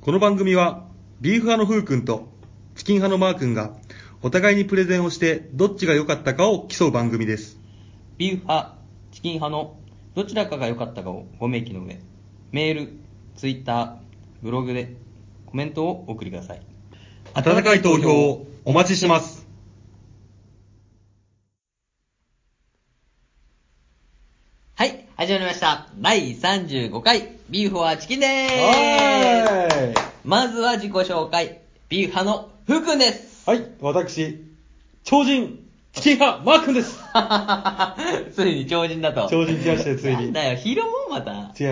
この番組は、ビーフ派のふうくんと、チキン派のマーくんが、お互いにプレゼンをして、どっちが良かったかを競う番組です。ビーフ派、チキン派のどちらかが良かったかをご明記の上、メール、ツイッター、ブログでコメントをお送りください。温かい投票をお待ちしてます。はい、始まりました。第35回、ビーフはチキンでーす。はまずは自己紹介、ビーフ派のふうくんです。 い。はい、私、超人、チキン派、マー君です。ついに超人だと。超人来ましたよ、ついなに。違んいだよ、ヒーローもんまた。ます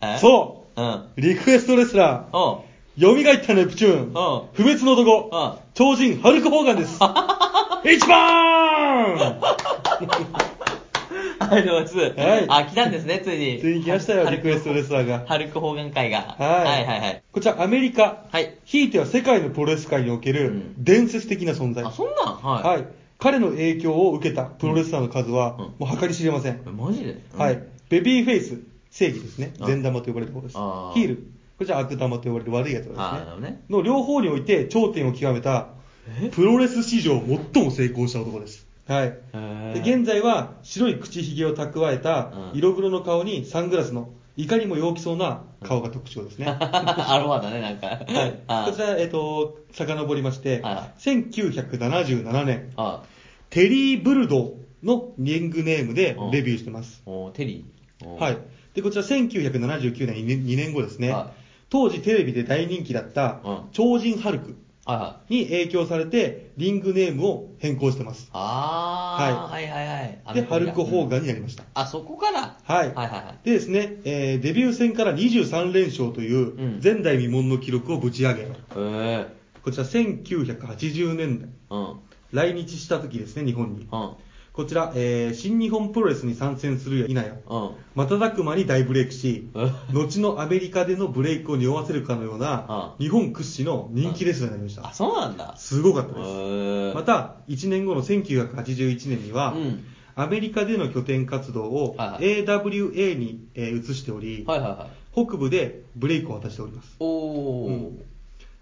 え。。そううん。うリクエストレスラー、おう。蘇ったネプチューン、うん不滅の男、うん。超人、ハルク・ホーガン です。一番ありがとうございます。はいあ、来たんですね、ついに。ついに来ましたよ、ハルリククエストレスラーが。ハルク方眼会が。ははいいはいはい。こちら、アメリカ、はい。ひいては世界のプロレス界におけうるん伝説的な存在。あ、そんなんは。はい彼の影響を受けたプロレスラーの数は、うんもう計り知れませんい。。えマジでは。ういん。ベビーフェイス、正義ですね。あ善玉と呼ばれる方です。ヒあーール、こちら悪玉と呼ばれる悪いやつですねあー、なるほどね。の両方において頂点を極めた、プロレス史上最も成功した男です。はい。で現在は白い口ひげを蓄えたうん色黒の顔にサングラスのいかにも陽気そうな顔が特徴ですね。は アロマだね、なんか。い、あこちら、えっと、遡りましては、 1977年、あ。テリー・ブルドのリングネームでデビューしてます。おーテリー。おーはい。。で、こちら1979年、2年後ですね、は当時テレビで大人気だったうん超人ハルクはいはい。に影響されて、リングネームを変更してます。あー、はいはいはい。アメで、コハミルだク・ホーガンになりました。あ、そこから。はい。はいはいはい。でですね、えーデビュー戦から23連勝といううん前代未聞の記録をぶち上げ、へこちら1980年代、ー。うん。来日した時ですね、日本に。うん。こちら、えー新日本プロレスに参戦するや否や、うん。瞬く間に大ブレイク し、うん後のアメリカでのブレイクを匂わせるかのような、う日本屈指の人気レスラーになりましあ、た。そうなんだ。すごかったです。へまー。た、1年後の1981年には、うんアメリカでの拠点活動をはいはい AWA にえー移しており、はいはいはい。北部でブレイクを果たしております。おー。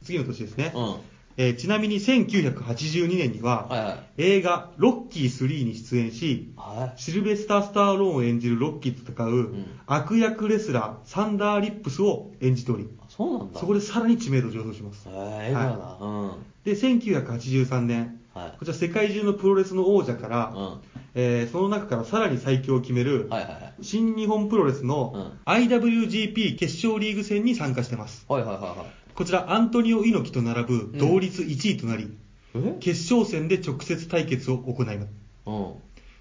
次の年ですね。うん。えーちなみに1982年には、はいはい。映画ロッキー3に出演し、はい。シルベスター・スターローンを演じるロッキーと戦う、ん悪役レスラー、サンダー・リップスを演じており、あそうなんだ。そこでさらに知名度を上昇しますへ。ー、ええな。うん。で、1983年、はいこちら世界中のプロレスの王者から、うん。えーその中からさらに最強を決める、はいはいはい。新日本プロレスの IWGP 決勝リーグ戦に参加してます。はいはいはいはい。こちら、アントニオ猪木と並ぶ同率1位となり、え決勝戦で直接対決を行います。うん。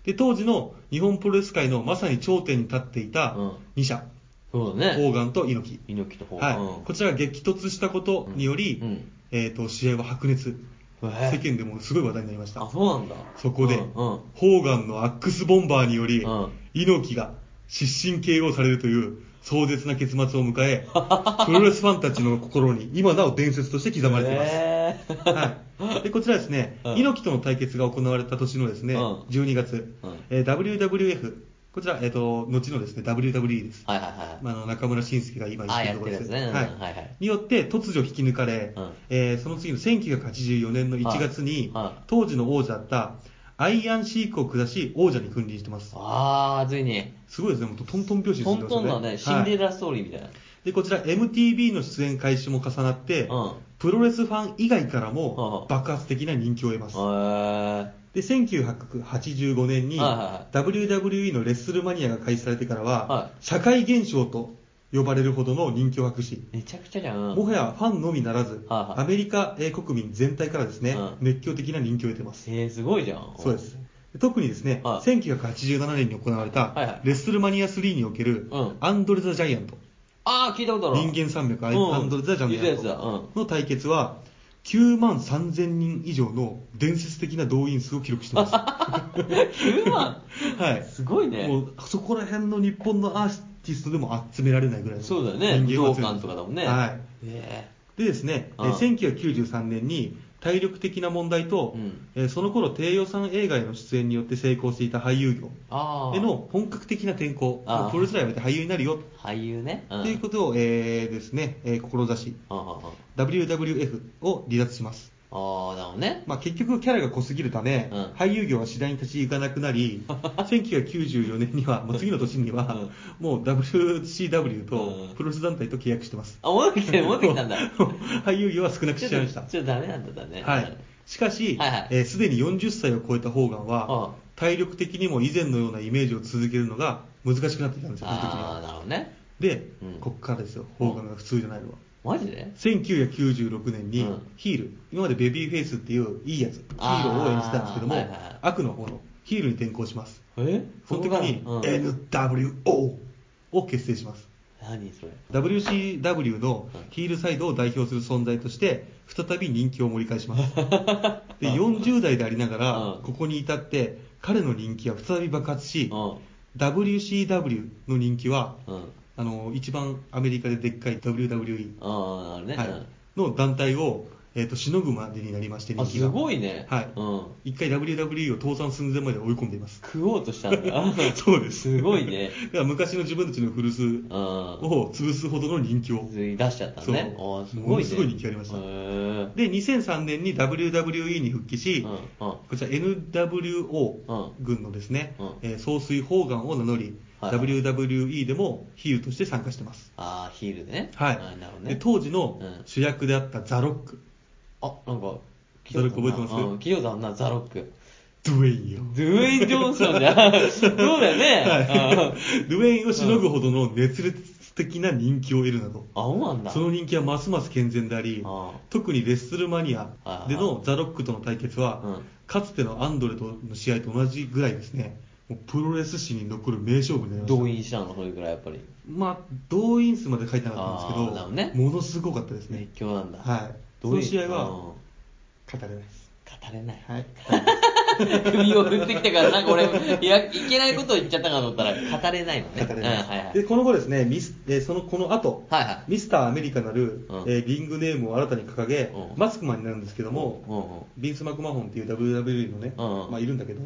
で、当時の日本プロレス界のまさに頂点に立っていたうん2社、そうだオね。ーガンと猪木。猪木とホーガン。はい、こちらが激突したことにより、うんうんえー、と試合は白熱、うん。え世間でもすごい話題になりましたあ、そうなんだ。そこで、うんうん。ホーガンのアックスボンバーにより、うん猪木が失神 KO されるという壮絶な結末を迎 えプロレスファンたちの心に今なお伝説として刻まれています、えーはい、でこちらですね、うん猪木との対決が行われた年のですね、うん12月、うんえー WWF こちら、えー、と後のですね WWE です、 はいはいはい。まあ、あの中村信介が今言ってるところですあやってるやつねうんははいはいいによって突如引き抜かれ、うんえーその次の1984年の1月に、はいはい当時の王者だったアイアンシークを下し王者に君臨してますあー、ついに。すごいですねもうトントン拍子に進トんでンますトよンねだね。シンデレはいラストーリーみたいな。でこちら MTV の出演開始も重なって、うんプロレスファン以外からうもん爆発的な人気を得ます、えで1985年に、はいは WWE のレッスルマニアが開始されてからは、は社会現象と呼ばれるほどの人気を博しー。めちゃくちゃじゃん。もはやファンのみならず、はいはいアメリカえー国民全体からですね、うん熱狂的な人気を得てます。えー、すごいじゃん。そうです。特にですね、はい1987年に行われた、はいはいレッスルマニア3における、うんアンドレ・ザ・ジャイアント、あー、聞いたことある。人間山脈、うんアンドレ・ザ・ジャ言イっアてンたやつだトの対決は、9万3000人以上の伝説的な動員数を記録して ます。は9万い。すごいね。もうそこら辺の日本のアーティストでも集められないぐらいのそうだよね。武人間を道集めてま館すとかだもんね。はい。えでですね、えうんー1993年に体力的な問題と、うんえーその頃低予算映画への出演によって成功していた俳優業ああへの本格的な転向あーもうプロレスラーやめて俳優になるよ俳優ね、ということを、えーですね、えー志しとああ WWF を離脱しますああだろうねまあ、結局キャラが濃すぎるため、うん俳優業は次第に立ち行かなくな り1994年にはもう次の年には、もう WCW うんとプロレス団体と契約してます、 あ戻ってきて戻ってきたんだ俳優業は少なくしちゃいましたちょっとダメなんだったねはい、しかし、はいはいえーすでに40歳を超えたホーガンああは体力的にも以前のようなイメージを続けるのが難しくなってきたんですよ、この時ああはなるほどねで、うんこっからですよ、ホーガンが普通じゃないのは。マジで1996年にうんヒール、今までベビーフェイスっていういいやつ、ヒあーーローを演じたんですけども、はいはいはい悪の方のヒールに転向します。えその時にうん NWO を結成します。何それ WCW のヒールサイドを代表する存在として、再び人気を盛り返し ます。で40代でありながらうん、ここに至って、彼の人気は再び爆発しう、ん WCW の人気は、うんあの一番アメリカででっかい WWE ああなるね、はうんい、の団体を、えー、としのぐまでになりましてあ人気すがごいねはいうん一回 WWE を倒産寸前まで追い込んでいます 食おうとしたんだ そうですすごいねだから昔の自分たちの古巣うんを潰すほどの人気を出しちゃったのねそうあーすもごいのねすごい人気ありましたへーで2003年に WWE に復帰し、うんうんこちら NWO う軍のですね、うんえー総帥ホーガンを名乗り、はい WWE でもヒールとして参加してますああヒールでねはい、あーなるほどねで当時のうん主役であったザ・ロック、あなんかザロック覚えてますうん企業だなザ ロックドゥエインよドゥエイン・ジョンソンじゃんそうだ よね、はうんい、ルウェインをしのぐほどの熱烈的な人気を得るなど、あそうなんだその人気はますます健全でありああ、特にレッスルマニアではいはいはのザ・ロックとの対決うはん、かつてのアンドレとの試合と同じぐらいですね、もうプロレス史に残る名勝負になりました。動員したのそれぐらいやっぱりまあ、動員数まで書いてなかったんああなるほどですねけど、ものすごかったです熱ね。狂なんだはい。その動員試合うんは、語れないです。語れない、はい。 首を振ってきたからなんか俺いやいけないことを言っちゃったかと思ったら語れないのね語れないうんはいはで、いこの後ですね、ミス、えーその、この後、はいはいミスターアメリカなる、うんえーリングネームを新たに掲げ、うんマスクマンになるんですけども、うんうんうんビンス・マクマホンっていう WWE のね、うんうんまあ、いるんだけど、うん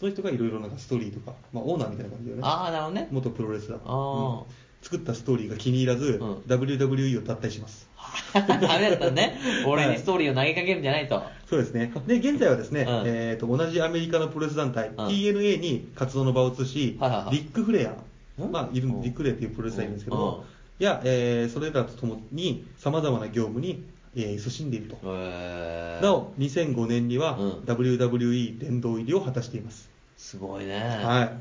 その人がいろいろなんかストーリーとか、まあ、オーナーみたいな感じだよねああなるほどね 元プロレスラーあーうん作ったストーリーが気に入らず、うん WWE を脱退しますダメだったね俺にストーリーを投げかけるんじゃないと、そうですねで現在はですね、うんえー、と同じアメリカのプロレス団体、ん TNA に活動の場を移し、はいはいはいリック・フレア、うんまあ、いるうんリック・フレアっていうプロレスラーいるんですけどうんも、いや、えーそれらとともにさまざまな業務に、えー、勤しんでいると、えーなお2005年には、うん WWE 殿堂入りを果たしていますすごいねはい。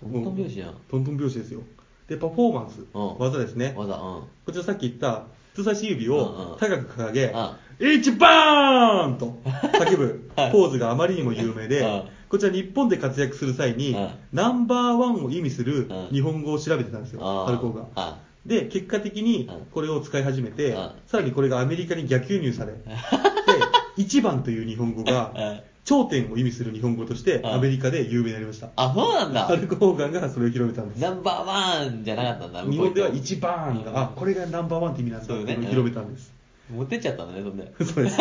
トントン拍子じゃんトントン拍子ですよ。で、パフォーマンス、うん技ですね。わざうんこちらさっき言った、人差し指うんうをん高く掲げ、う一番と 叫ぶはいポーズがあまりにも有名でうん、こちら日本で活躍する際にうん、ナンバーワンを意味するうん日本語を調べてたんですよ、あーハルコーが。あで、結果的にうんこれを使い始めてうん、さらにこれがアメリカに逆輸入され、で、一番という日本語うんが、頂点を意味する日本語としてんアメリカで有名になりました。あそうなんだアルコーガンがそれを広めたんです。ナンバーワンじゃなかったんだ日本では一番番が、あ、これがナンバーワンって意味なんだそうっねて広めたんです。持ってっちゃったんだねそんでそう です。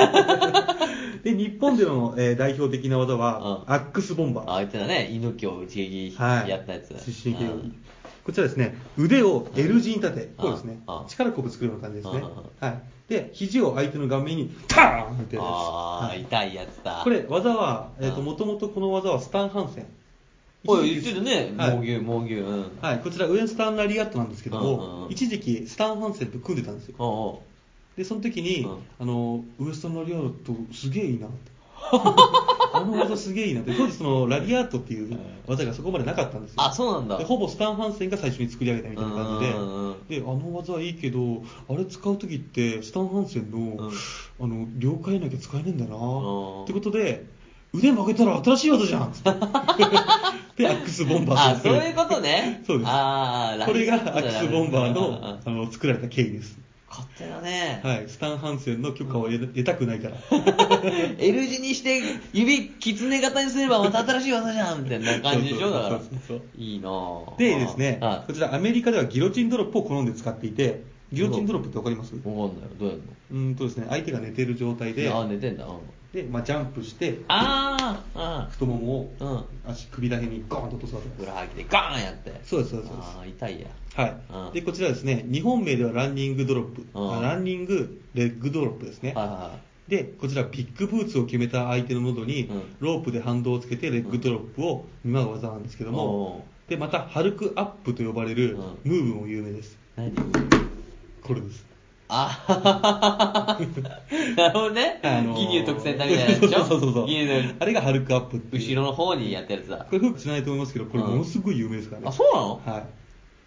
で、日本での、えー代表的な技は、うんアックスボンバあー。あいつだね猪木を打ち撃はい。やったやつだ、出身系うんこちらですね、腕を L 字に立て、こうですねうん、力こぶ作るような感じですね。うんはい。で、肘を相手の顔面に、ターンってやるやつ。ああ、はい痛いやつだこれ、技は、えっ、と、うんもともとこの技はスタンハンセン。おい言ってたねはい猛牛猛牛うんはい、こちらウエスタンラリアットなんですけどうんうんも、うん一時期スタンハンセンと組んでたんですよおうおうでその時に、うんあのウエスタンラリアットすげえい いなってあの技すげえいいなって当時そのラリアットっていう技がそこまでなかったんですよあそうなんだでほぼスタンハンセンが最初に作り上げたみたいな感じで、うんうんうんであの技はいいけどあれ使う時ってスタンハンセンの,、んあの了解なきゃ使えねえんだなうんってことで腕曲げたら新しい技じ ゃんっつってでアックスボンバーあってそういうことねそうですああこれがアックスボンバーうんうんうんのあの作られた経緯です、勝手だね、はい、スタン・ハンセンの許可を得得たくないから L 字にして指きつね型にすればまた新しい技じゃんみたいな感じでしょだからそうそうそうそういいなぁでですねあこちらアメリカではギロチンドロップを好んで使っていてギロチンドロップってわかりますわかんないよどうやんのうんとですね、相手が寝てる状態で、あ寝てんだうんで、まあ、ジャンプして、あーあ太ももを、うん足首らへんにゴーンと落とすわけーで裏はぎでガーンやってす。そうです、そうです。そうですああ痛いやはうんい、でこちらですね、日本名ではランニングドロップ、うんあランニングレッグドロップですね、はいはいはいでこちら、ビッグブーツを決めた相手の喉にうんロープで反動をつけてレッグドロップを見舞う技なんですけども、でまた、ハルクアップと呼ばれるうんムーブも有名です、何これです。あ なるほどね、あのーギニュー特選だみたいなやつでしょ そうそうそうそうギニューのあれがハルクアップっていう後ろの方にやったやつだこれ、フックしないと思いますけど、これ、うんものすごい有名ですからね。あそうなのはい。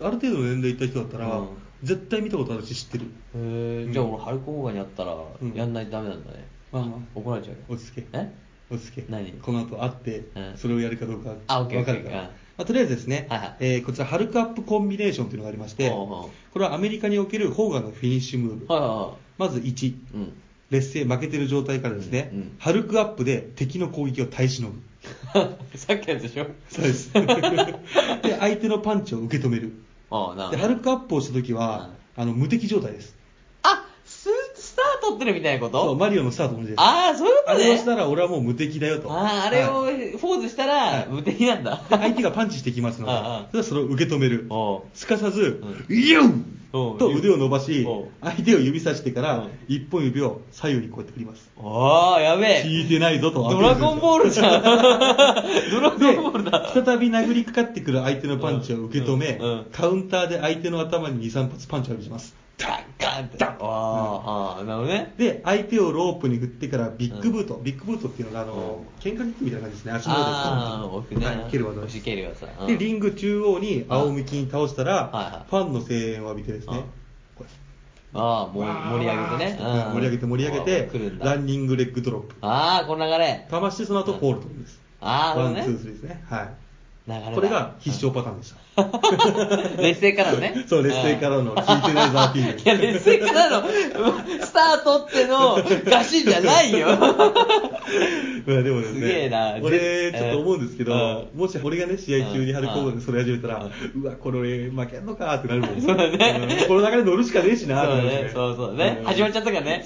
ある程度の年齢いった人だったら、うん絶対見たことあるし、知ってる。へーじゃあ俺ハルコーガにやったらうんやんないとダメなんだね、まあまあ怒られちゃうよ落ち着けえ落ち着け何この後会って、うんそれをやるかどうかあオッケー分かるかオッケーら、うんまあ、とりあえずですね、はいはいえーこちらハルクアップコンビネーションというのがありまして、ほうほこれはアメリカにおけるホーガンのフィニッシュムーブ、はいはまず1いはいうん 劣勢負けてる状態からですね、うんうんハルクアップで敵の攻撃を耐え忍ぶさっきのやつでしょそうです で相手のパンチを受け止めるああなでるハほどルクアップをした時は、あの無敵状態ですあススタートってるみたいなこそうとマリオのスタートの同じですああそういうこあとれをしねたら俺はもう無敵だよとあああれをはいポーズしたら無敵な んだ、で相手がパンチしてきますのでああああそれはそれを受け止めるおうすかさず「うイエウおうと腕を伸ばしおう相手を指さしてかうらん一本指を左右にこうやって振りますああやべえ効いてないぞとドラゴンボールじ ゃんドラゴンボールだで再び殴りかかってくる相手のパンチを受け止め、うんうんカウンターで相手の頭に23発パンチを浴びせますダンガンってああ、ああなるほどねで相手をロープに振ってからビッグブート、ビッグブートっていうのがあの、喧嘩キックみたいな感じですね足の裏でああポン僕とねはい蹴る技で押すし蹴る技うんで、リング中央に仰向きに倒したら、はいはいファンの声援を浴びてですね、こああ、もううや盛り上げてね。はい盛り上げて盛り上げ来るんて、ラだ。ンニングレッグドロップ。ああ、この流れ。かましてその後ホールドです。ああ、こワのン、ツね。ー、スリーですね。は流れだい。これが必勝パターンでした。 劣勢からの ね。そう、劣勢からの聞いてないぞアピいや、ール。劣勢からの、スタートっての、ガシンじゃないよ。まあでもですすげえねな、俺、ぜちょっと思うんですけど、うもし俺がね、試合中に春高校でそれ始めたら、うわ、これ俺負けんのかってなる もん。そうだね。この流れ乗るしかねえしそなってなるうよね、そうそうねう。ん始まっちゃったからね。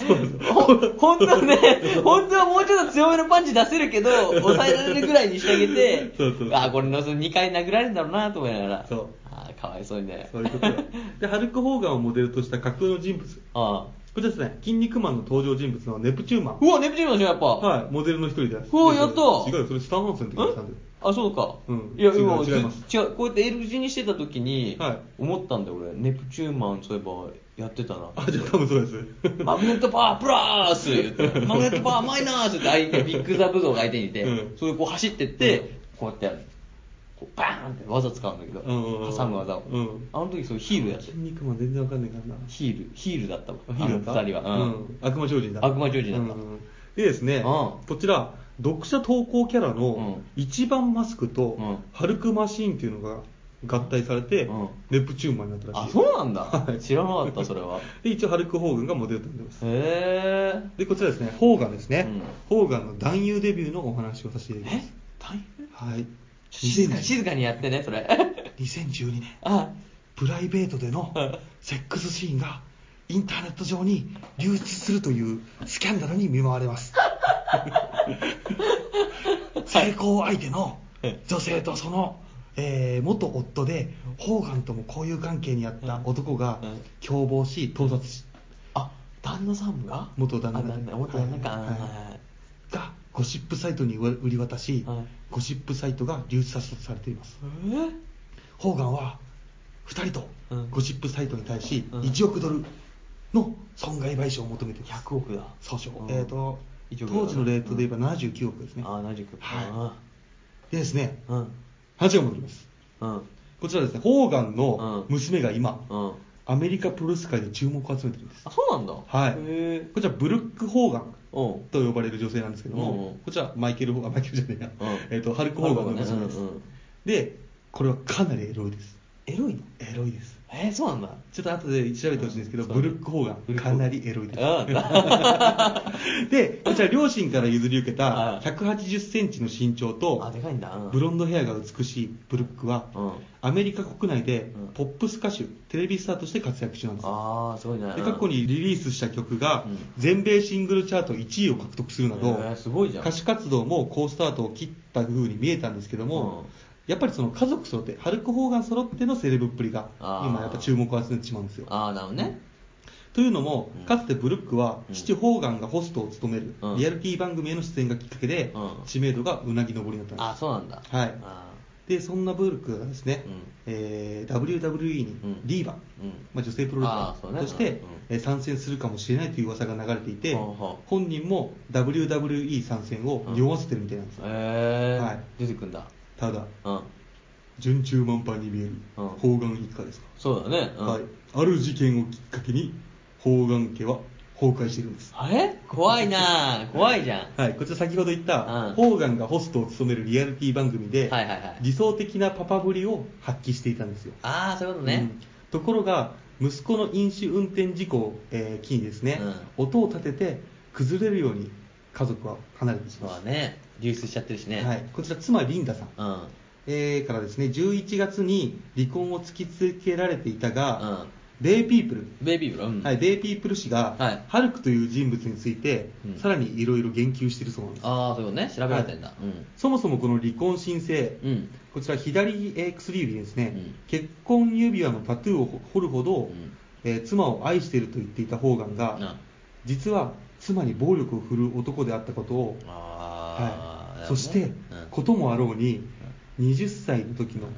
ほんとはね、本当はもうちょっと強めのパンチ出せるけど、抑えられるぐらいにしてあげてそうそう、そうああ、これの2回殴られるんだろうなと思いながら。そうああ、かわいそうにね。そういうことよで、ハルク・ホーガンをモデルとした架空の人物。こああ。れですね、筋肉マンの登場人物のネプチューンマン。うわ、ネプチューンの人やっぱ。はい、モデルの一人です。うわやった違うよ、それスタンハンセンって言ってたんだよ。あ、そうか。うんいや、違う今違いますず違う、こうやって L 字にしてた時にはい、思ったんだよ、俺。ネプチューンマン、そういえば、やってたな。あ、じゃあ多分そうです。マグネットパワープラス言って、マグネットパワーマイナスって相 手、ビッグザブゾーが相手にいて、うんそれでこう走ってって、こうやってやる。こうバーンって技使うんだけど、うんうんうん挟む技を。うんあの時、そうヒールやって筋肉マン全然わかんないからな。ヒール、ヒールだったわ。ヒーローあの二人は。ううんん。悪魔超人だ。悪魔超人だったうんでですね、んこちら、読者投稿キャラのう一番マスクうとん、ハルクマシーンっていうのが合体されてうん、ネプチューンマンになったらしい。あ、そうなんはだ。い知らなかった、それは。で、一応ハルク・ホーガンがモデルとなってます。へー。で、こちらですね、ホーガンですねうん。ホーガンの男優デビューのお話をさせていただきえます。大変はい。静か静かにやってね、それ。 2012年、あ、プライベートでのうんセックスシーンがインターネット上に流出するというスキャンダルに見舞われ ます。成功相手の女性とその、えー元夫でホーガンとも交友関係にあった男がうん共謀し盗撮しあ、旦那さんが元旦那あ旦那元旦那か。はいはいはいはいがゴシップサイトに売り渡し、はいゴシップサイトが流出させたとされています。ホーガンは2人とうんゴシップサイトに対しうん1億ドルの損害賠償を求めています100億だ。訴訟、うんえー、と1億ドル当時のレートで言えば79億ですね、あ、同じく。はでですねうん。うん。話が戻りますうん。こちらですねホーガンのうん娘が今、うん。アメリカプロレス界で注目を集めてるんですあ、そうなんだ。はいへー。こちらブルック・ホーガンおうと呼ばれる女性なんですけども、うんうんこちらマイケル・ホーガンマイケルじゃねえや、うんえー、とハルク・ホーガンの娘です、ハルクホーガンねうんうんでこれはかなりエロいですエロいのエロいですえー、そうなんだ。ちょっと後で調べてほしいんですけど、うんブルック・ホーガン、かなりエロいです。あ で、こちら両親から譲り受けはたい180センチの身長あ、と、でかいんだ。うんブロンドヘアが美しいブルックは、うんアメリカ国内でうんポップス歌手、テレビスターとして活躍中なんですよ。あー、すごいね。で過去にリリースした曲がうん全米シングルチャート1位を獲得するなどへーすごいじゃん歌手活動も好スタートを切った風に見えたんですけどもうんやっぱりその家族揃ってハルク・ホーガン揃ってのセレブっぷりがあー今やっぱ注目を集めてしまうんですよあー、なるほどね。というのもうんかつてブルックは父ホーガンがホストを務めるうんリアリティ番組への出演がきっかけでうん知名度がうなぎ登りになったんですあ、そうなんだ。はいあでそんなブルックがですね、うんえー WWE にうんリーバ、うんまあ、女性プロレスラあーそうねーとして、うんえー参戦するかもしれないという噂が流れていて、ほうほう本人も WWE 参戦を匂わせてるみたいなんです、ーえー、はい出てくんだ。ただうん。順中満帆に見えるうん砲丸一家ですか、そうだね。うんはい、ある事件をきっかけに砲丸家は崩壊しているんですあれ怖いなぁ。怖いじゃん。はい、こちら先ほど言った、うんホーガンがホストを務めるリアリティ番組で、はいはいはい理想的なパパぶりを発揮していたんですよ。あー、そういうことね。うんところが息子の飲酒運転事故を、えー機にですね、音を立てて崩れるように家族は離れてしそうまだう、ね。流出しちゃってるしね。はい、こちら妻リンダさん、うん。えーからですね11月に離婚を突きつけられていたが、うんデイピープルベイビーブラウン。はい、デイピープル氏が、はいハルクという人物について、うんさらにいろいろ言及しているそうなんですあー、そういうことね。調べられてんだ。はういん。そもそもこの離婚申請、うんこちら左えー薬指ですね、うん結婚指輪のタトゥーを彫るほど、んえー妻を愛していると言っていたホーガンが、うん実は妻に暴力を振るう男であったことを、あは、ー、ないるほどねそして、うんこともあろうに、20歳の時のうん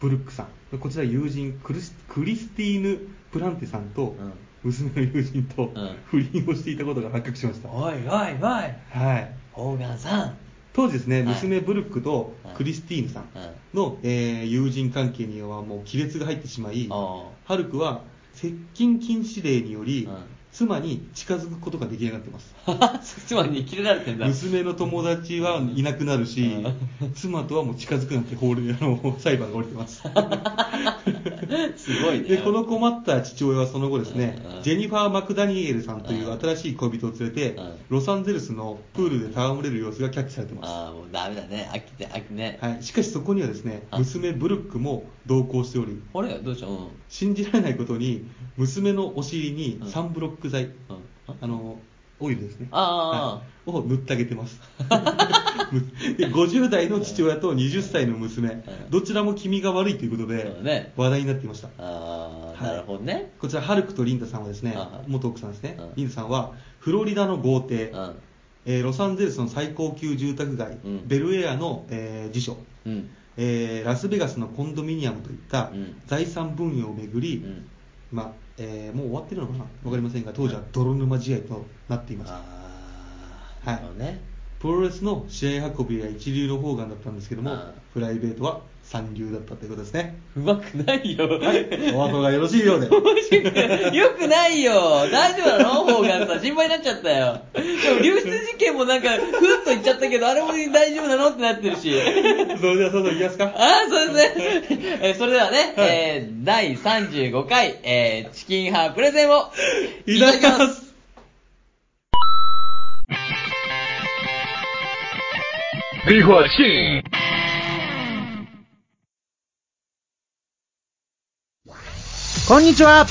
ブルックさん、こちら友人クリスクリスティーヌ・プランテさんと、うん娘の友人とうん不倫をしていたことが発覚しました。おいおいおいはいホーガンさん当時ですね、はい娘ブルックとクリスティーヌさんの、えー友人関係にはもう亀裂が入ってしまい、あーハルクは接近禁止令により、うん妻に近づくことができなくなってます。妻に切れられてんだ娘の友達はいなくなるし、妻とはもう近づくなって法令あの裁判が降りて ます。すごいねでこの困った父親はその後ですね、うんジェニファー・マクダニエルさんという新しい恋人を連れて、うんロサンゼルスのプールで戯れる様子がキャッチされてます、ああもうダメだね飽きて飽きねはい、しかしそこにはですねあ娘ブルックも同行しておりあれどうしたうん信じられないことに娘のお尻にうんサンブロック剤、あのオイルですねはあいを塗ってあげてます で50代の父親と20歳の娘んどちらも気味が悪いということそうでだね話題になっていましたあはあいなるほどねこちらハルクとリンダさんはですねはい元奥さんですねうんリンダさんはフロリダの豪邸うんえーロサンゼルスの最高級住宅街うんベルエアのえー辞書うんえーラスベガスのコンドミニアムといったうん財産分与をめぐりうんまあえーもう終わってるのかなわかりませんが当時は泥沼試合となっていましたああはいなるほどねプロレスの試合運びは一流の方眼だったんですけどもあプライベートは三流だったということですねうまくないよ お後がよろしいようでよくないよ大丈夫なの方がさ、心配になっちゃったよ。でも流出事件もなんか、ふっと言っちゃったけど、あれも大丈夫なのってなってるし。それではそろそろいきます かああ、そうですね。えーそれではね、えー第35回、えーチキンハープレゼンを、いただきます比火庆。こんにちは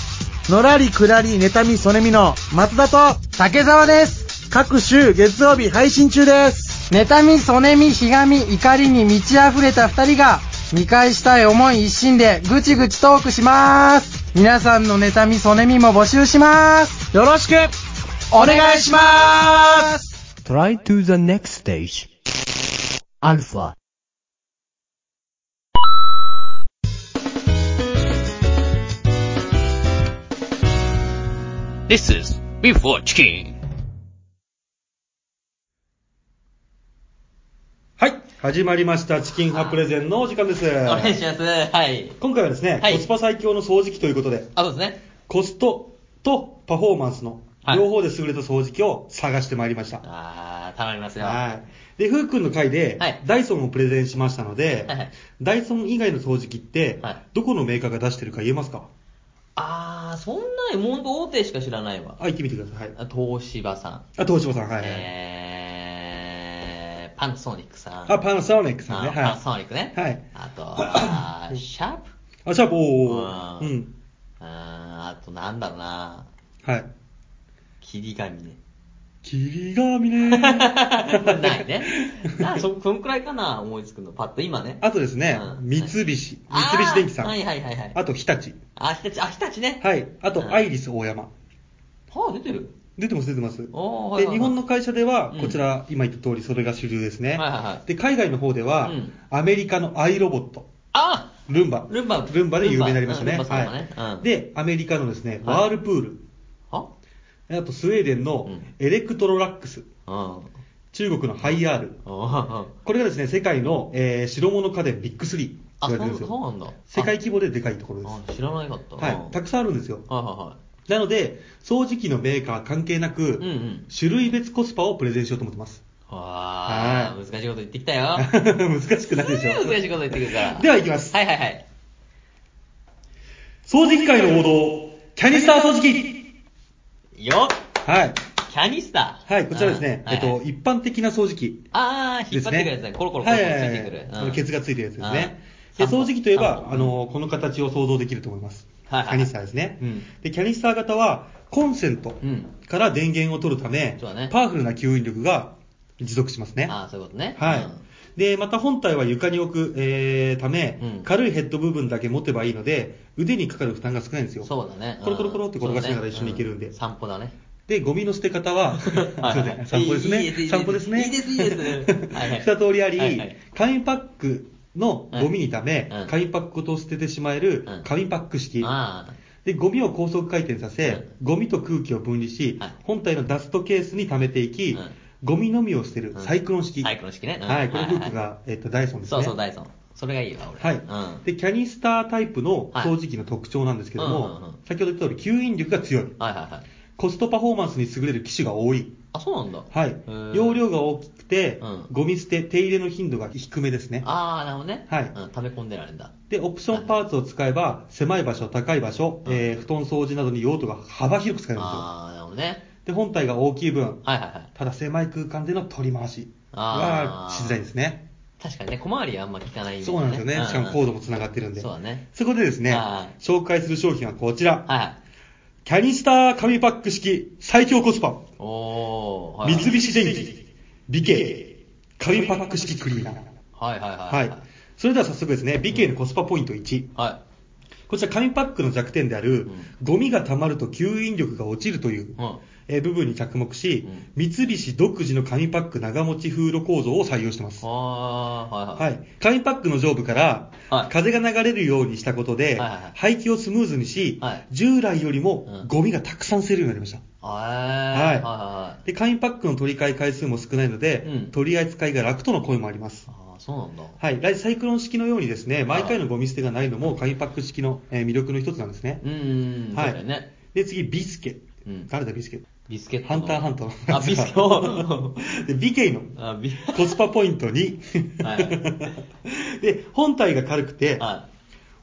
のらりくらり妬みそねみの松田と竹澤です各週月曜日配信中です妬みそねみひがみ怒りに満ち溢れた二人が見返したい思い一心でぐちぐちトークします皆さんの妬みそねみも募集しますよろしくお願いします Try to the next stage. Alpha. はい始まりましたチキンハプレゼンのお時間ですお願いします。はい。今回はですね、はいコスパ最強の掃除機ということであ、そうですね。コストとパフォーマンスのはい両方で優れた掃除機を探してまいりました。ああ、たまりますよ。はい。で、ふうくんの回で、はいダイソンをプレゼンしましたので、はいはいダイソン以外の掃除機って、はいどこのメーカーが出してるか言えますかあー、そんなに、ほんと大手しか知らないわ。あ、言ってみてください。あ東芝さん。あ、東芝さん、はい、はいえー、パナソニックさん。あ、パナソニックさんね。はあい。パナソニックね。はいあとあー、シャープあ、シャープ、おーおうー。うんん。あーあとなんだろうな。はい。切り 紙ね。霧が見ね。 ないね。あそ、そんくらいかな、思いつくの。パッと今ね。 あとですね、うん三菱、三菱あー電機さん。はいはいはいはいあと日立。あ、日立、あ、日立ね。はい。あうんと、アイリス大山。はあ、出てる。出てます、出てます。おーはいはで、いはい日本の会社ではうん、こちら、今言った通り、それが主流ですね。はいはいはいで、海外の方では、うんアメリカのアイロボット、あルンバ。ルンバルンバで有名になりましたルね。ンバうんルンバさんがねはいうんで、アメリカのですね、はいワールプール。はあと、スウェーデンのうんエレクトロラックス。うん。中国のハイアール。あこれがですね、世界の、えー白物家電ビッグ3あ、と言わそれうてなるんですよ。んだそうなんだ。世界規模ででかいところであす。知らなかった。はい。たくさんあるんですよ。ん。はいはいはい。なので、掃除機のメーカー関係なく、うんうん種類別コスパをプレゼンしようと思ってます。わあ、は難しいこと言ってきたよ。難し くないでしょ。 難しいこと言ってくるから。では行きますはいはいはい。掃除機界の王道、キャニスター掃除機よはい。キャニスター。はい、こちらですね、うんはいはいえっと、一般的な掃除機ああ、で引っ張すってね。くるやつね。コロコロコロコロついてくはいるはい。うんはいあのケツがついてるやつですね。うでん掃除機といえ三ば、本あの、この形を想像できると思います。はいはいキャニスターですね、うんで、キャニスター型は、コンセントうんから電源を取るため、そうだねパワフルな吸引力が持続しますね。ああ、そういうことね。はい、うんで、また本体は床に置く、えーため、うん軽いヘッド部分だけ持てばいいので、腕にかかる負担が少ないんですよ。そうだね。うんコロコロコロって転がしながら一緒に行けるんで。そうだねう散歩だね。で、ゴミの捨て方 は、すいません、散歩ですいいいいいね。い散歩ですね。いいですいいですはいはい二通りあり、はいはい紙パックのゴミにため、はいうん紙パックごと捨ててしまえるうん紙パック式。ああ。で、ゴミを高速回転させ、うんゴミと空気を分離し、はい本体のダストケースに溜めていき、うんゴミのみを捨てるサイクロン式。サイクロン式ねうんはい、これはいはフいックが、えっと、ダイソンですそね。うそう、ダイソン。それがいいわ、俺。はい、うん。で、キャニスタータイプのはい掃除機の特徴なんですけどうんうんうんも、先ほど言った通り吸引力が強い。はいはいはい。コストパフォーマンスに優れる機種が多い。あ、そうなんだ。はいへー。容量が大きくて、うんゴミ捨て、手入れの頻度が低めですね。ああ、なるほどね。はいうん溜め込んでられるんだ。で、オプションパーツを使えば、狭い場所、高い場所、うんえー布団掃除などに用途が幅広く使えるんですよ。ああ、なるほどね。で、本体が大きい分、はいはいはい。ただ狭い空間での取り回しあがーしづらいですね。確かにね、小回りはあんま効かないイメージそねうなんですよね。しかもコードも繋がってるんで。そうだね。そこでですねあ、紹介する商品はこちら。はいはい。キャニスター紙パック式最強コスパ。おー。はい三はい菱電機、美形、紙パック式クリーナー。はいはいは。はいい。それでは早速ですね、美形のコスパポイント1。はこちら紙パックの弱点であうるん、ゴミが溜まると吸引力が落ちるという、うんえー部分に着目し、三菱独自の紙パック長持ち風呂構造を採用してまい。す。あー、はいはい。はい、紙パックの上部から、はい風が流れるようにしたことで、はいはいはい排気をスムーズにし、はい従来よりうもんゴミがたくさん捨てるようになりました。はい。はいはいは。はいい、で紙パックの取り替え回数も少ないので、うん取り扱いが楽との声もあります。ああ、そうなんだ。はい、ライサイクロン式のようにですね、毎回のゴミ捨てがないのも紙パック式のえー魅力の一つなんですね。うーん、はそうだよい、ね。で次、ビスケ。うん誰だ、ビスケ。ビスケットの。ハンターハンターのあ、ビス ケを。で、ビケイのあ、ビ、コスパポイント2。は で、本体が軽くて、は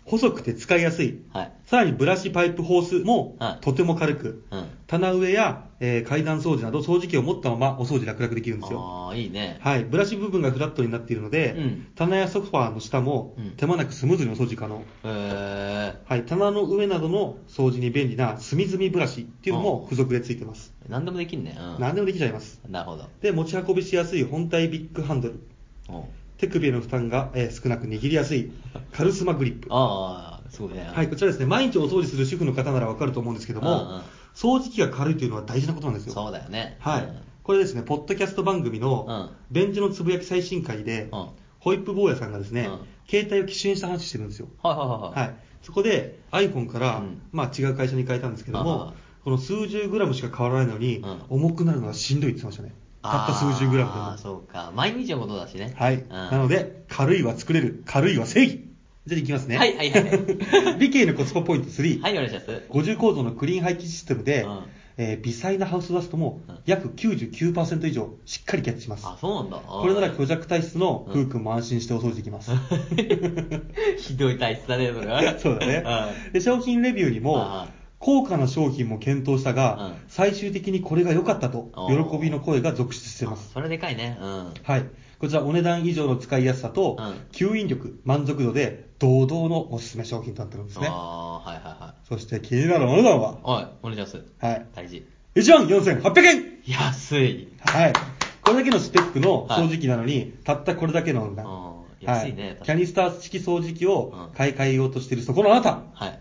細くて使いやすい。い。はい。さらにブラシパイプホースもはいとても軽く、うん。棚上や、えー階段掃除など掃除機を持ったままお掃除楽々できるんですよ。ああ、いいね。はい、ブラシ部分がフラットになっているので、うん棚やソファーの下もうん手間なくスムーズにお掃除可能。へえ。はい、棚の上などの掃除に便利な隅々ブラシっていうのも付属で付いてます。何でもできんね。うん。何でもできちゃいます。なるほど。で、持ち運びしやすい本体ビッグハンドル。おう手首への負担が、えー少なく握りやすいカルスマグリップ。ああ、すごいね。はい、こちらですね、毎日お掃除する主婦の方ならわかると思うんですけどうんうんも、掃除機が軽いというのは大事なことなんですよ。そうだよね。はい。これですね、ポッドキャスト番組のうん、ベンジのつぶやき最新回でうん、ホイップ坊やさんがですねうん、携帯を機種変した話してるんですよ。はいはいはいはい。そこで iPhone からうん、まあ違う会社に変えたんですけどうんうんも、この数十グラムしか変わらないのにうん、重くなるのはしんどいって言ってましたね。たった数十グラムでああ、も。そうか。毎日のことだしね。はい。うんなので、軽いは作れる、軽いは正義。じゃあいきますね。はいはいはい。 理系のコスパポイント3。はい、お願いします。 50構造のクリーン排気システムで、うんえー微細なハウスダストも約99%以上しっかりキャッチします。あ、そうなんだ。これなら虚弱体質のフー君も安心してお掃除できます。 ひどい体質だね、それ は。そうだね。で、商品レビューにもああ、高価な商品も検討したがうん、最終的にこれが良かったとあ、ー喜びの声が続出してうん。まあす。それでかいね。うん。はい。こちら、お値段以上の使いやすさとうん、吸引力、満足度で、堂々のおすすめ商品となってるんですね。ああー、はいはいはい。そして、気になるお値段は、おい、お願いします。はい。大事。 1万4800円安い。はい。これだけのスペックのはい掃除機なのに、たったこれだけのお値う段。はん。安いね。確キかャにニスター式掃除機をうん買い替えようとしているそこのあなた、はい。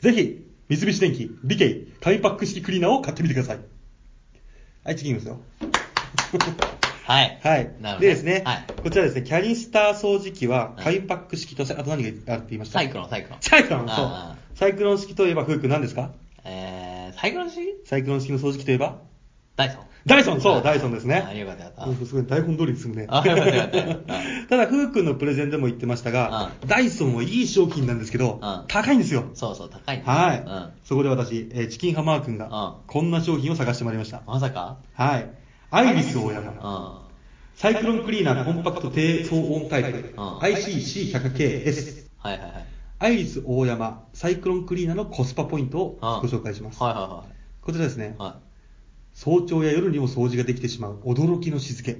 ぜひ、三菱電機、ビケイ、紙パック式クリーナーを買ってみてください。はい、次いきますよ。 はい。はい。なるほど。でですね、はい。こちらですね、キャニスター掃除機は、うん紙パック式と、あと何があるって言いましたサイクロン、サイクロン。サイクロン、そうあ。サイクロン式といえば、フーク何ですかえー、サイクロン式サイクロン式の掃除機といえばダイソン。ダイソン、そあう、ダイソンですあ、ね。よかったよかうっんすごい台本通りに進むね。あよかったよかったうん ただ、フー君のプレゼンでも言ってましたが、うダイソンはいい商品なんですけどうん、高いんですよた。。そうそう、高いねはい。うん。そこで私、えーチキンハマー君が、うこんな商品を探してまいりました。まさかはい。アイリス大山う。ん。サイクロンクリーナーコンパクト低騒音タイプ。うん ICC100KS。はいはいはい。アイリス大山、サイクロンクリーナーのコスパポイントをご紹介します。はいはこちらですねい、はい。はい。早朝や夜にも掃除ができてしまう驚きの静け。へ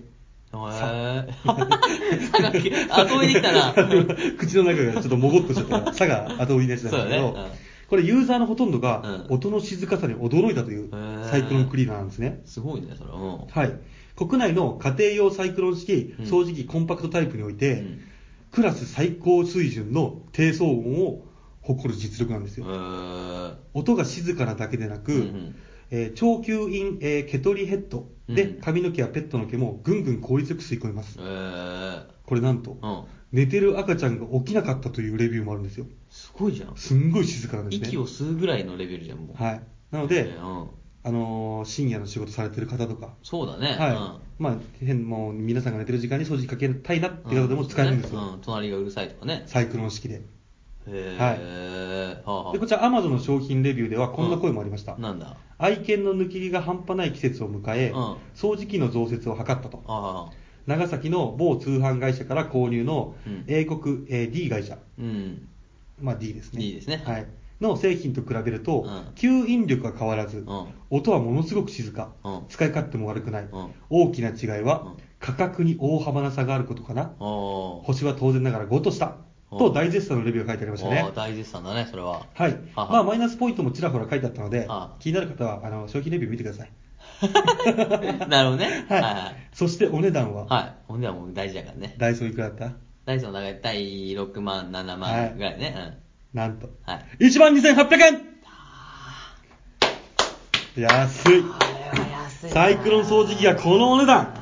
ぇ さがき、後追いできたな。 口の中がちょっともごっとしちゃった。さが後追いになっちゃったんだけそうどだねうん、これユーザーのほとんどがうん音の静かさに驚いたというーサイクロンクリーナーなんですね。すごいね、それ。うん。はい。国内の家庭用サイクロン式うん掃除機コンパクトタイプにおいうてん、クラス最高水準の低騒音を誇る実力なんですへよ。ー音が静かなだけでなく、うんうんえー超吸引、えー毛取りヘッドで、うん髪の毛やペットの毛もぐんぐん効率よく吸い込みますへ。ーこれなんと、うん。寝てる赤ちゃんが起きなかったというレビューもあるんですよ。すごいじゃん。すんごい静かなんですね。息を吸うぐらいのレベルじゃん、もう。はい。なのねで、うん。あのー深夜の仕事されてる方とか、そうだね。はい。うんまあ、変、もう皆さんが寝てる時間に掃除かけたいなっていう方でも使えるんですよ。う隣がうるさいとかね。サイクロン式で。へぇー。はで、こちら Amazon の商品レビューではこんな声もありました。なんだ愛犬の抜き毛が半端ない季節を迎え、うん掃除機の増設を図ったと。ああ。長崎の某通販会社から購入のうん英国、えー D 会社、うん。まあ D ですね。 D ですねはい。の製品と比べると、うん吸引力は変わらず、うん音はものすごく静か、うん使い勝手も悪くない、うん大きな違いは、うん価格に大幅な差があることかな、おー。星は当然ながら5とした、うんと大絶賛のレビューが書いてありましたねおー。大絶賛だね、それは。 はい。ははまあ、マイナスポイントもちらほら書いてあったのであ、気になる方は、あの、商品レビュー見てください。 なるほどね。 はい。はい。そしてお値段は、はい。ほんではもう大事だからね。ダイソーいくらだったダイソンの中で第6万、は7い万ぐらいね。なんと。うん。はい。 12,800円安い。サイクロン掃除機がこのお値段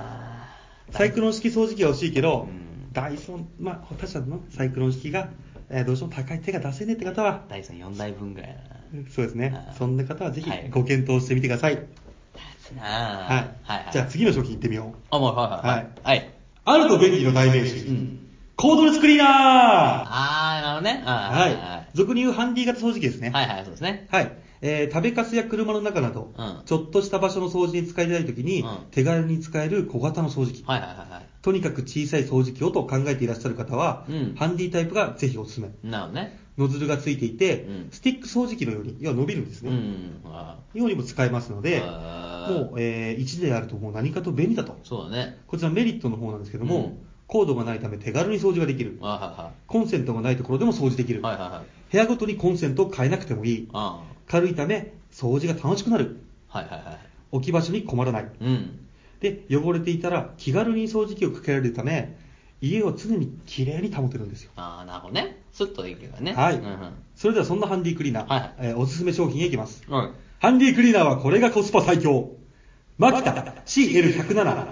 サイクロン式掃除機が欲しいけど、うんダイソン、まあ、他社のサイクロン式が、えーどうしても高い手が出せねえって方は、ダイソン4台分ぐらいだな。そうですねあ。ーそんな方はぜひはいご検討してみてください。あはい。ーはいはい。じゃあ次の商品行ってみよう。あ、もうはいはいはい。はい。あると便利の代名詞。コードレスクリーナーあー、なるほどね。は。はい俗に言うハンディ型掃除機ですね。はいはい、そうですね。はい。えー食べかすや車の中など、うんちょっとした場所の掃除に使いたいときに、うん手軽に使える小型の掃除機、はいはいはいはとにかく小さい掃除機をと考えていらっしゃる方は、うんハンディタイプがぜひおすすめ。い。なるほどね。ノズルがついていて、うんスティック掃除機のように、要は伸びるんですうね。ん。あようにも使えますので、あーもう、え1であるともう何かと便利だとー。そうだね。こちらメリットの方なんですけども、うんコードがないため手軽に掃除ができる。あコンセントがないところでも掃除できる。ーはいはいはい。はいはいはい。部屋ごとにコンセントを変えなくてもいい。あ軽いため掃除が楽しくなる。あ。はいはいはい。置き場所に困らない。うん。で、汚れていたら気軽に掃除機をかけられるため、家を常にきれいに保てるんですよ。ああ、なるほどね。スッとできるからね。はい、うんうん。それではそんなハンディクリーナー、はいはいえーおすすめ商品へ行きます。はい。ハンディクリーナーはこれがコスパ最強。マキタ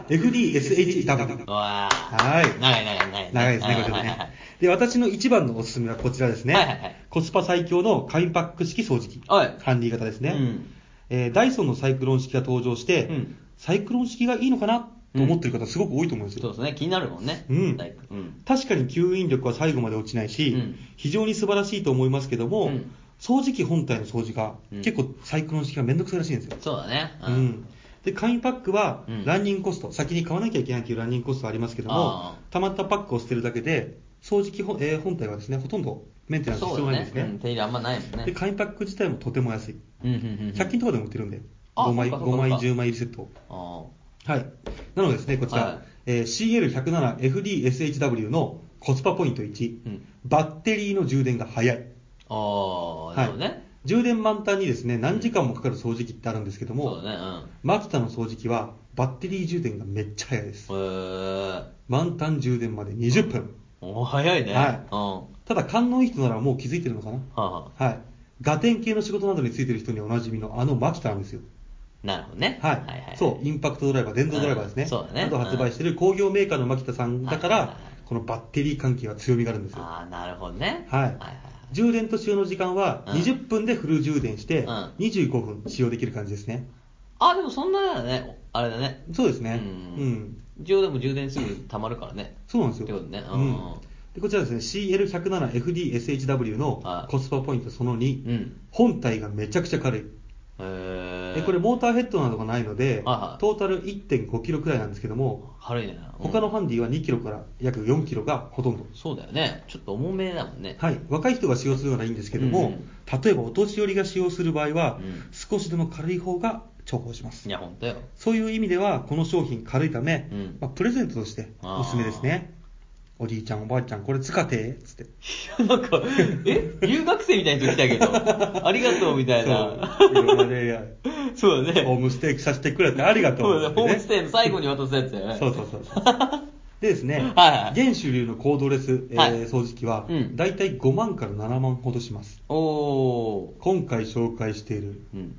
CL107FDSHW。わあ。はい長い長い長い。長いですね、こうんちらはいはいはねい。で、私の一番のおすすめはこちらですね。はいはいはいコスパ最強の紙パック式掃除機。はいハンディ型ですね、うんえーダイソンのサイクロン式が登場して、うんサイクロン式がいいのかなと思ってる方すごく多いと思うんですよ。そうですね。気になるもんね。うん大工うん。確かに吸引力は最後まで落ちないし、うん非常に素晴らしいと思いますけども、うん掃除機本体の掃除が、うん結構サイクロン式がめんどくさいらしいんですよ。そうだね。うん。で、簡易パックはうん、ランニングコスト、先に買わなきゃいけないというランニングコストありますけどもあ、溜まったパックを捨てるだけで、掃除機本,、えー本体はですね、ほとんどメンテナンス必そう要だないんねです。うね。ん手入れあんまないもんで、ね。簡易パック自体もとても安い。うんうんうんうん。 100均とかでも売ってるんで、あ5枚、そうか5そうか枚、そうか10枚入りセット。あはい。なのでですね、こちら、はいえー CL107FDSHW のコスパポイント1、うんバッテリーの充電が早い。あ。ああ、なるほどね。充電満タンにですね、何時間もかかる掃除機ってあるんですけどそもう、だね。うん。松田の掃除機はバッテリー充電がめっちゃ早いです。へえ。満タン充電まで20分。お早いね。はいうん。はただ、感能いい人ならもう気づいてるのかなあははい。ガテン系の仕事などについてる人におなじみのあのマキタなんですよ。あ。なるほどね。はい。そう、インパクトドライバー、電動ドライバーですね。うんそうだねあと発売してる工業メーカーのマキタさんだかはいはいらはい、このバッテリー関係は強みがあるんですよ。ああ、なるほどね。はいはいはい。充電と使用の時間はうん20分でフル充電してうん25分使用できる感じですね。あ、でもそんなだね。あれだね。そうですね。ううんん。一応でも充電すぐ溜まるからね。そうなんですってよ。ことねううんうんん。でこちらですね、CL107FDSHW のはいコスパポイントそのう2ん、本体がめちゃくちゃ軽い。へえ。でこれ、モーターヘッドなどがないので、トはいはいータル1.5キロくらいなんですけども、軽いね。うん他のハンディは2キロから約4キロがほとんど。そうだよね。ちょっと重めだもんね。はい、若い人が使用するのはいいんですけどうんも、例えばお年寄りが使用する場合は、うん少しでも軽い方が重宝しますい。や、ほんとよ。そういう意味では、この商品軽いため、うんまあ、プレゼントとしてあーおすすめですね。おじいちゃん、おばあちゃん、これ使って、つって。 なんか、え留学生みたいな人来たけど、ありがとうみたいな。そういやいやいそうだやホーね。ムステイさせてくれてありがとそううだね。って ホねームステイの最後に渡すやつだよね。そうそうそうそう。でですね、はいはい現主流のコードレス、えーはい掃除機はうん、だいたい5万から7万ほどします。 おー。今回紹介しているうん。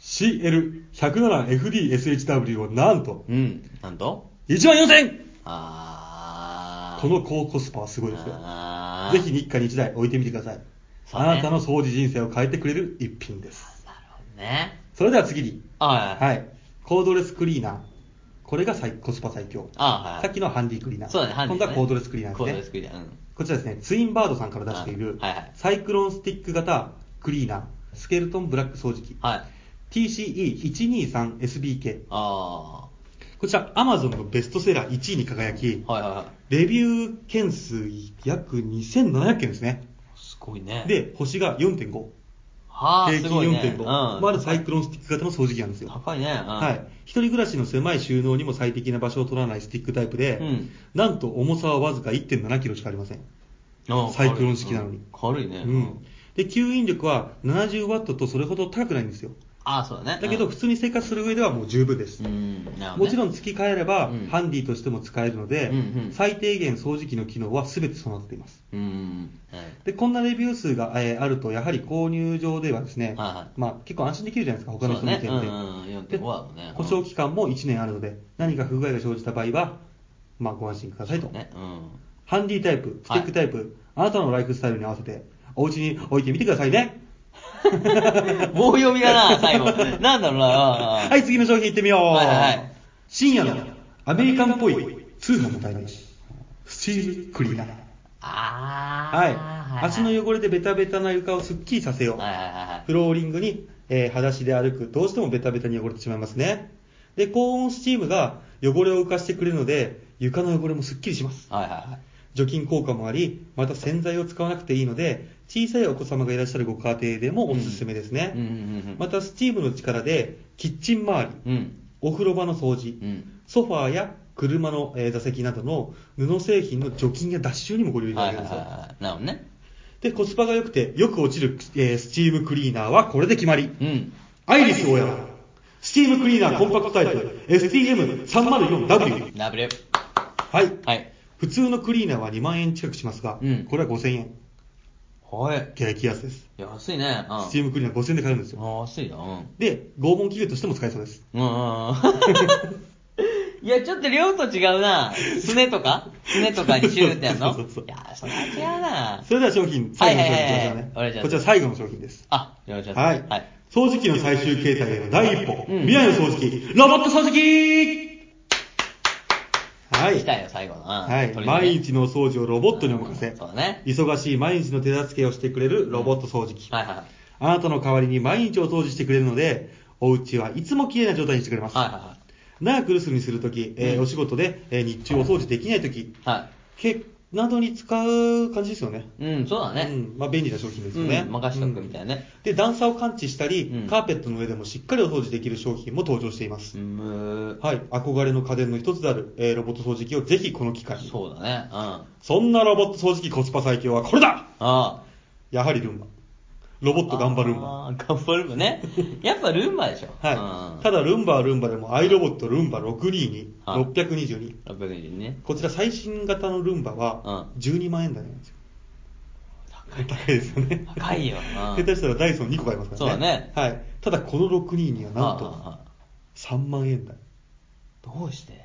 CL107FDSHW はなんと、うん。なんと1万4000あー。この高コスパはすごいですよ。あーぜひ日課に1台置いてみてください。そうあねなたの掃除人生を変えてくれる一品です。なるほどね。それでは次に、あー。はい、コードレスクリーナー。これが最コスパ最強。あー、はい。さっきのはハンディクリーナー。そうだね、ハンディ今度はコードレスクリーナーですコね。ードレスクリーナー。うん。こちらですね、ツインバードさんから出しているあはいはい、サイクロンスティック型クリーナー、スケルトンブラック掃除機、はい。 TCE123SBK。あこちら、Amazon のベストセラー1位に輝きー。、はいはいはレビュー件数約2700件ですね。い。すごいね。、で、星が4.5。はあ、平す均ごいね。 4.5。うん。まだサイクロンスティック型の掃除機なんですよ。高いね。うん、はい。一人暮らしの狭い収納にも最適な場所を取らないスティックタイプで、うんなんと重さはわずか1.7キロしかありません。あ。サイクロン式なのに軽いね。うん。で、吸引力は70ワットとそれほど高くないんですよ。ああ、そうだね。だけど、普通に生活する上ではもう十分ですう。ん、なるほどね、もちろん付き替えればうん、ハンディとしても使えるのでうんうん、最低限掃除機の機能は全て備わっています。うん。はいで、こんなレビュー数がえーあると、やはり購入上ではですね、はいはいまあ結構安心できるじゃないですか、他の人の意見で。そうだねうんうん4.5でだもんね故障期間も1年あるので、何か不具合が生じた場合は、まあご安心くださいと。ね、うん。 ハンディタイプ、スティックタイプ、あなたのライフスタイルに合わせて、お家に置いてみてくださいね。棒読みだ な、最後。なんだろうな。。はいい、次の商品行ってみよう。はいはい深夜のアメリカンっぽい通販の代名詞、スチールクリーナー。ああ。はい。足のよ汚れでベタベタな床をすっきりさせよう。はいはいはいはい。フローリングに、えー裸足で歩く。どうしてもベタベタに汚れてしまいますね。で、高温スチームが汚れを浮かしてくれるので、床の汚れもすっきりします。はいはいはい。除菌効果もあり、また洗剤を使わなくていいので、小さいお子様がいらっしゃるご家庭でもおすすめですね。うんうんうんうんまた、スチームの力で、キッチン周り、うん。お風呂場の掃除、うんソファーや車のえー座席などの布製品の除菌や脱臭にもご利用いたはだけいはいますよ。はい。なるほどね。で、コスパが良くて、よく落ちる、えースチームクリーナーはこれで決まり。うん。アイリスオーヤマスチームクリーナーコンパクトタイプ、STM304W。ラブレ。はい。はい。普通のクリーナーは2万円近くしますが、うんこれは5000円。はい。激安です。安いね。うん。スチームクリーナー5000円で買えるんですよ。ああ、安いな。うん。で、拷問器具としても使えそうです。うんうんうん。いや、ちょっと量と違うな。すねとかすねとかにシューってやるのそうそうそうそういや、それは違うな。それでは商品、最後の商品いきましょうはいはいはいはいお願いね。しますこちら最後の商品です。あ、よろしくお願はいしいます。はい。。掃除機の最終形態への第一歩、うん未来の掃除機、ロボット掃除機はい来たよ、最後の。うんはい、鳥ね毎日の掃除をロボットにお任うせん。そうだね。忙しい毎日の手助けをしてくれるロボット掃除機。はいはいはい。あなたの代わりに毎日お掃除してくれるので、お家はいつも綺麗な状態にしてくれます。はいは長く留守にするとき、えーお仕事で、えー日中お掃除できないとき、いはい。はけなどに使う感じですよね。い。うん、そうだうね。ん、まあ便利な商品ですよね。うん任しとくみたいなねうんで、段差を感知したり、うんカーペットの上でもしっかりお掃除できる商品も登場しています。うんむはい、憧れの家電の一つである、えーロボット掃除機をぜひこの機会ー。に。そうだね。うん。あそんなロボット掃除機コスパ最強はこれだあ。やはりルンバ。ロボット頑張ルンバ。あー頑張るんばね。やっぱルンバでしょ。はい。たただ、ルンバはルンバでも、アイロボットルンバ622、はい622。だ、6 2ね。こちら最新型のルンバは、12万円台なんですよ。高いですよね。高いようん下手したらダイソン2個買いますからね。そうだね。はい。ただ、この622はなんあああとあ、 3万円台。どうして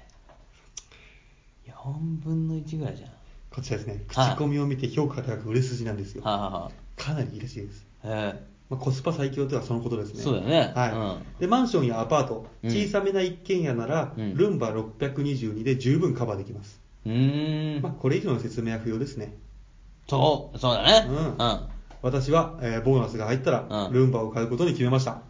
4分の1ぐらいじゃん。こちらですね、はい口コミを見て評価が高く売れ筋なんですよ。はあ、はかなりいいらしいです。あはあ、えまあ、コスパ最強とはそのことですね。そうだよねはうい。で、マンションやアパート、うん小さめな一軒家なら、うんルンバ622で十分カバーできます。えうーん。まあ、これ以上の説明は不要ですね。そう、そうだね。ううんん。私は、えーボーナスが入ったら、うんルンバを買うことに決めました。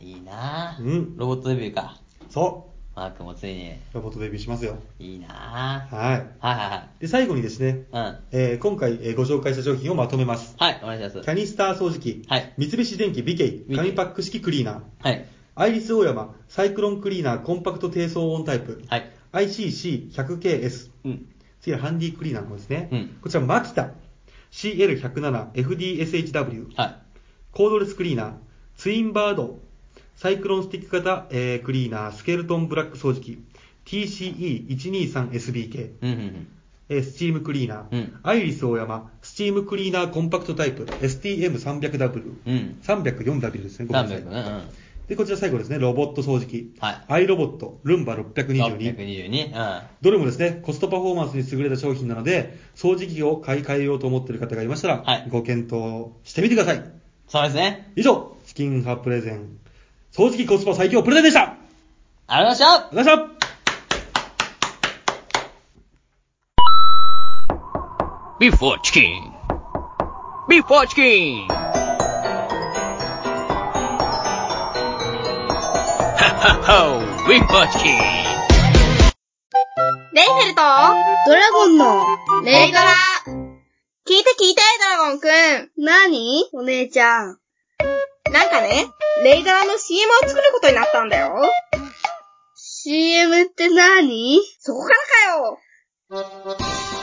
いいなぁうんロボットデビューか。そマークもついに。う、ロボットデビューしますよ。いいなぁはい。はいはで、最後にですね、いはい。うん。えー今回、えーご紹介した商品をまとめます。はい、お願いします。キャニスター掃除機、はい三菱電機 BK、 BK 紙パック式クリーナー、はい。アイリスオーヤマ、サイクロンクリーナーコンパクト低騒音タイプ、はい。 ICC100KS、うん。次はハンディクリーナーの方ですね。うんこちら、マキタ、CL107FDSHW、はコードレスクリーナー、ツインバード、サイクロンスティック型、えークリーナー、スケルトンブラック掃除機、TCE123SBK、い。うんうんうん。えースチームクリーナー、うんアイリスオーヤマ、スチームクリーナーコンパクトタイプ、STM300W、うん。 304W ですね、ごめんなさい300ね。うん。で、こちら最後ですね、ロボット掃除機、はいアイロボット、ルンバ622。 622。うどれもですね、コストパフォーマンスに優れた商品なので、掃除機を買い替えようと思っている方がいましたら、はいご検討してみてください。ん。そうですね。以上、チキン派プレゼン、掃除機コスパ最強プレゼンでしたあありがとうござりがとうごいましたざいました Before chicken. Before chicken. Ha ha ho. Before chicken. レイフェルと、ドラゴンの、レイドラ。聞いて聞いて、ドラゴンくん。なにお姉ちゃん。なんかね、レイドラの CM を作ることになったんだよ。CM ってなにそこからかよ。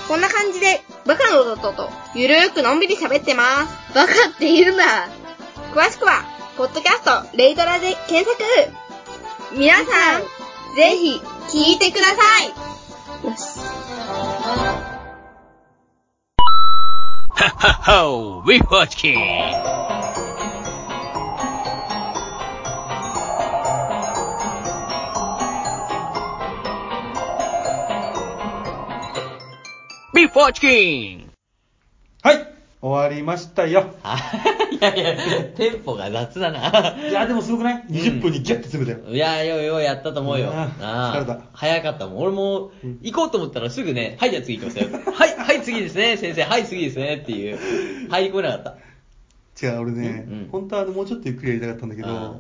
こんな感じで、バカの弟と、ゆるーくのんびり喋ってます。バカって言うな。詳しくは、ポッドキャスト、レイドラで検索。皆さん、ぜひ、聞いてください。よし。 Ha ha ho. Before chicken. Before chicken. はい終わりましたよ。あいやいや、テンポが雑だな。いや、でもすごくない ?20 分にギュッて詰めたよ。いや、ようようやったと思うよ。うんああ疲れた早かったもん。俺もうん、行こうと思ったらすぐね、はい、じゃあ次行きますよ。はい、はい、次ですね、先生。はい、次ですね、っていう。入りこなかった。違う、俺ね、うんうん本当はあのもうちょっとゆっくりやりたかったんだけど、あ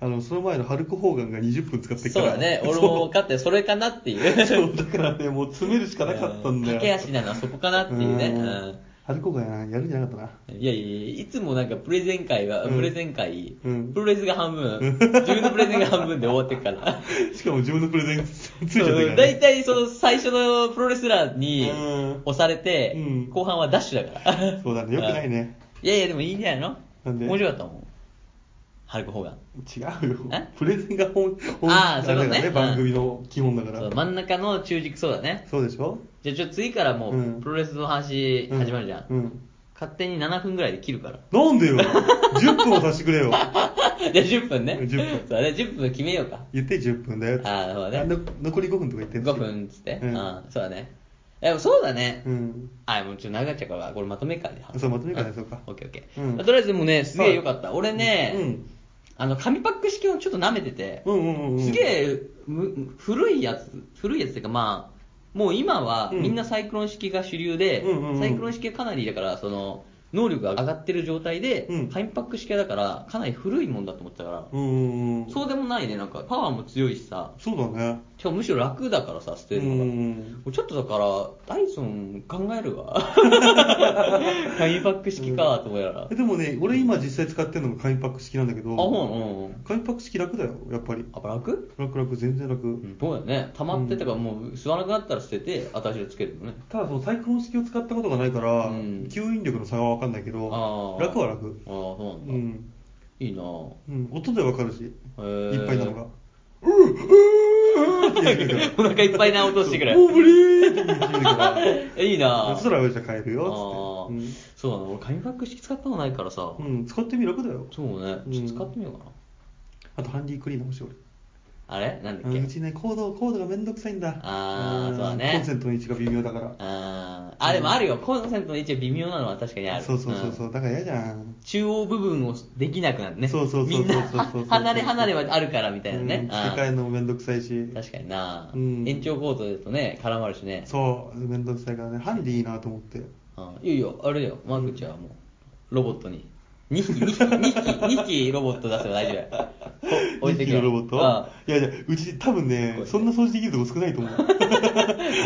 あの、その前のハルク・ホーガンが20分使ってっかそうら。だね。俺そうも分かって、それかなっていう。そう、だからね、もう詰めるしかなかったんだよ。駆け足なのはそこかなっていうね。うんハルコがやるんじゃなかったな。いやいやいや、いつもなんかプレゼン会は、うんプレゼン会、うんプロレスが半分、自分のプレゼンが半分で終わって くから。しかも自分のプレゼンついちゃってるから、ね。大体その最初のプロレスラーにうん押されて、うん後半はダッシュだから。そうだね、よくないね。うん。いやいや、でもいいんじゃないのなんで面白かったもん。ハルク・ホーガン。違うよえ。プレゼンが本、本あーそういうことねあれだから番組の基本だかそうら。真ん中の中軸そうだね。そうでしょじゃあちょっと次からもううんプロレスの話始まるじゃん。うん。うん勝手に7分ぐらいで切るから。 なんでよ ?10 分をさしてくれよ。じゃあ10分ね。 10分そうね、10分決めようか。言って10分だよって。ああ、そうだねの。残り5分とか言ってんの5分っつって。ううんん、そうだね。でもそうだね。うん。あ、もうちょっと長くなっちゃうから、これまとめっからね。そうまとめっからねんそうかオッケーオッケうんー。まあとりあえずでもね、すげえよかった。俺ね、うんあの、紙パック式をちょっと舐めてて、うんうんうんうん。すげえ、む古いやつ、古いやつっていうかまあ、もう今はうんみんなサイクロン式が主流で、うんうんうんサイクロン式はかなりだからその能力が上がってる状態で、うんハイパック式はだからかなり古いもんだと思ってたから、うんうん。そうでもないねなんかパワーも強いしさそうだね。しかもむしろ楽だからさ捨てうるのが、ん。ちょっとだからダイソン考え るわ紙パック式かと思いながら、あえでもね、俺今実際使ってるのが紙パック式なんだけど、ほんうんうん紙パック式楽だよ、やっぱり。あ楽、楽楽、全然楽。うん、そうだよね溜まってたからもう吸わなくなったら捨てて新しいのつけるのねただそのサイクロン式を使ったことがないから、うん吸引力の差は分かんないけあどー楽は楽ああそうなんうだ、ん、いいなぁうん、音で分かるしいっへぱーいなのが お腹いっぱいな音してく「れ。おぶり!」って言ってくるからいいなぁ。そしたらじゃあ買えるあよーそうだな、俺紙パック式使ったことないからさ。っつって、うん、使ってみ楽だよそうね、ちょっと使ってみようかな。あとハンディクリーナーもし俺あれなんだあうっけちねコードコードがめんどくさいんだあーんそうだねコンセントの位置が微妙だからあーあ、でもあるよ。コンセントの位置が微妙なのは確かにある。そうそうそうそう、んだから嫌じゃん中央部分をできなくなるね。そうそうそうそうみんな、そうそうそう離れ離れはあるからみたいなうんね。付あけ替えーるのもめんどくさいし確かになうん延長コードだとね、絡まるしね。そうめんどくさいからねハンディいいなと思ってうんいやいや、あれだよ、マグちゃんはもう、ロボットに。2匹、2匹、2匹、2匹ロボット出せば大丈夫や。お置いてけ2機のロボットあいやいや、うち多分ねこうやっ、てそんな掃除できるとこ少ないと 思う。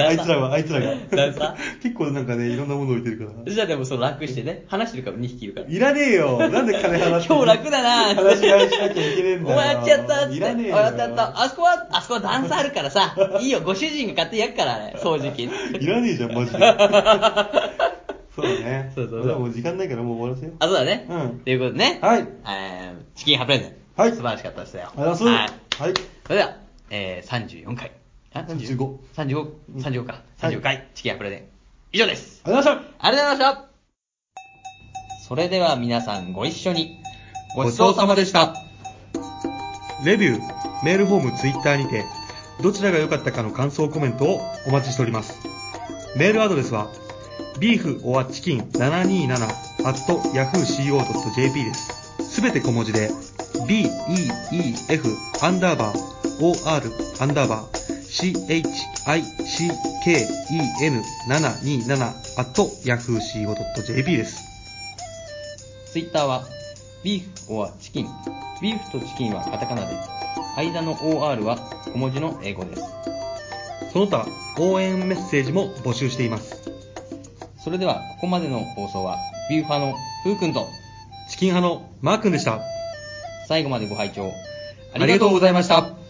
あいつらは、あいつら段差が。結構なんかね、いろんなもの置いてるから。じゃあでもその楽してね、話してるから2匹いるから。いらねえよなんで金払って今日楽だな話し合いしなきゃいけねえんおだよ前やっちゃったっつって。いらねえよお前やっちゃった。あそこは、あそこは段差あるから さ。いいよ、ご主人が勝手にやっから、ね、掃除機。いらねえじゃん、マ ジで。そうだね。そうそうそう俺はもう時間ないからもう終わらせよう。あ、そうだね。うんということでね。はいえーチキンハプレゼン。はい素晴らしかったですよ。ありがとうございます。はい。それでは、えー、34回。あ35 35、35か。35回、チキンアプレで。以上です。ありがとうございましたありがとうございました。それでは皆さんご一緒に。ごちそうさまでした。レビュー、メールフォーム、ツイッターにて、どちらが良かったかの感想コメントをお待ちしております。メールアドレスは、beeforchicken727-yahooco.jp です。すべて小文字で、beef アンダーバー or アンダーバー chicken727-yahooco.jp です。ツイッターは、ビーフ or チキン。ビーフとチキンはカタカナで、間の OR は小文字の英語です。その他、応援メッセージも募集しています。それでは、ここまでの放送は、ビューファーのふうくんと、チキン派のマー君でした。最後までご拝聴ありがとうございました。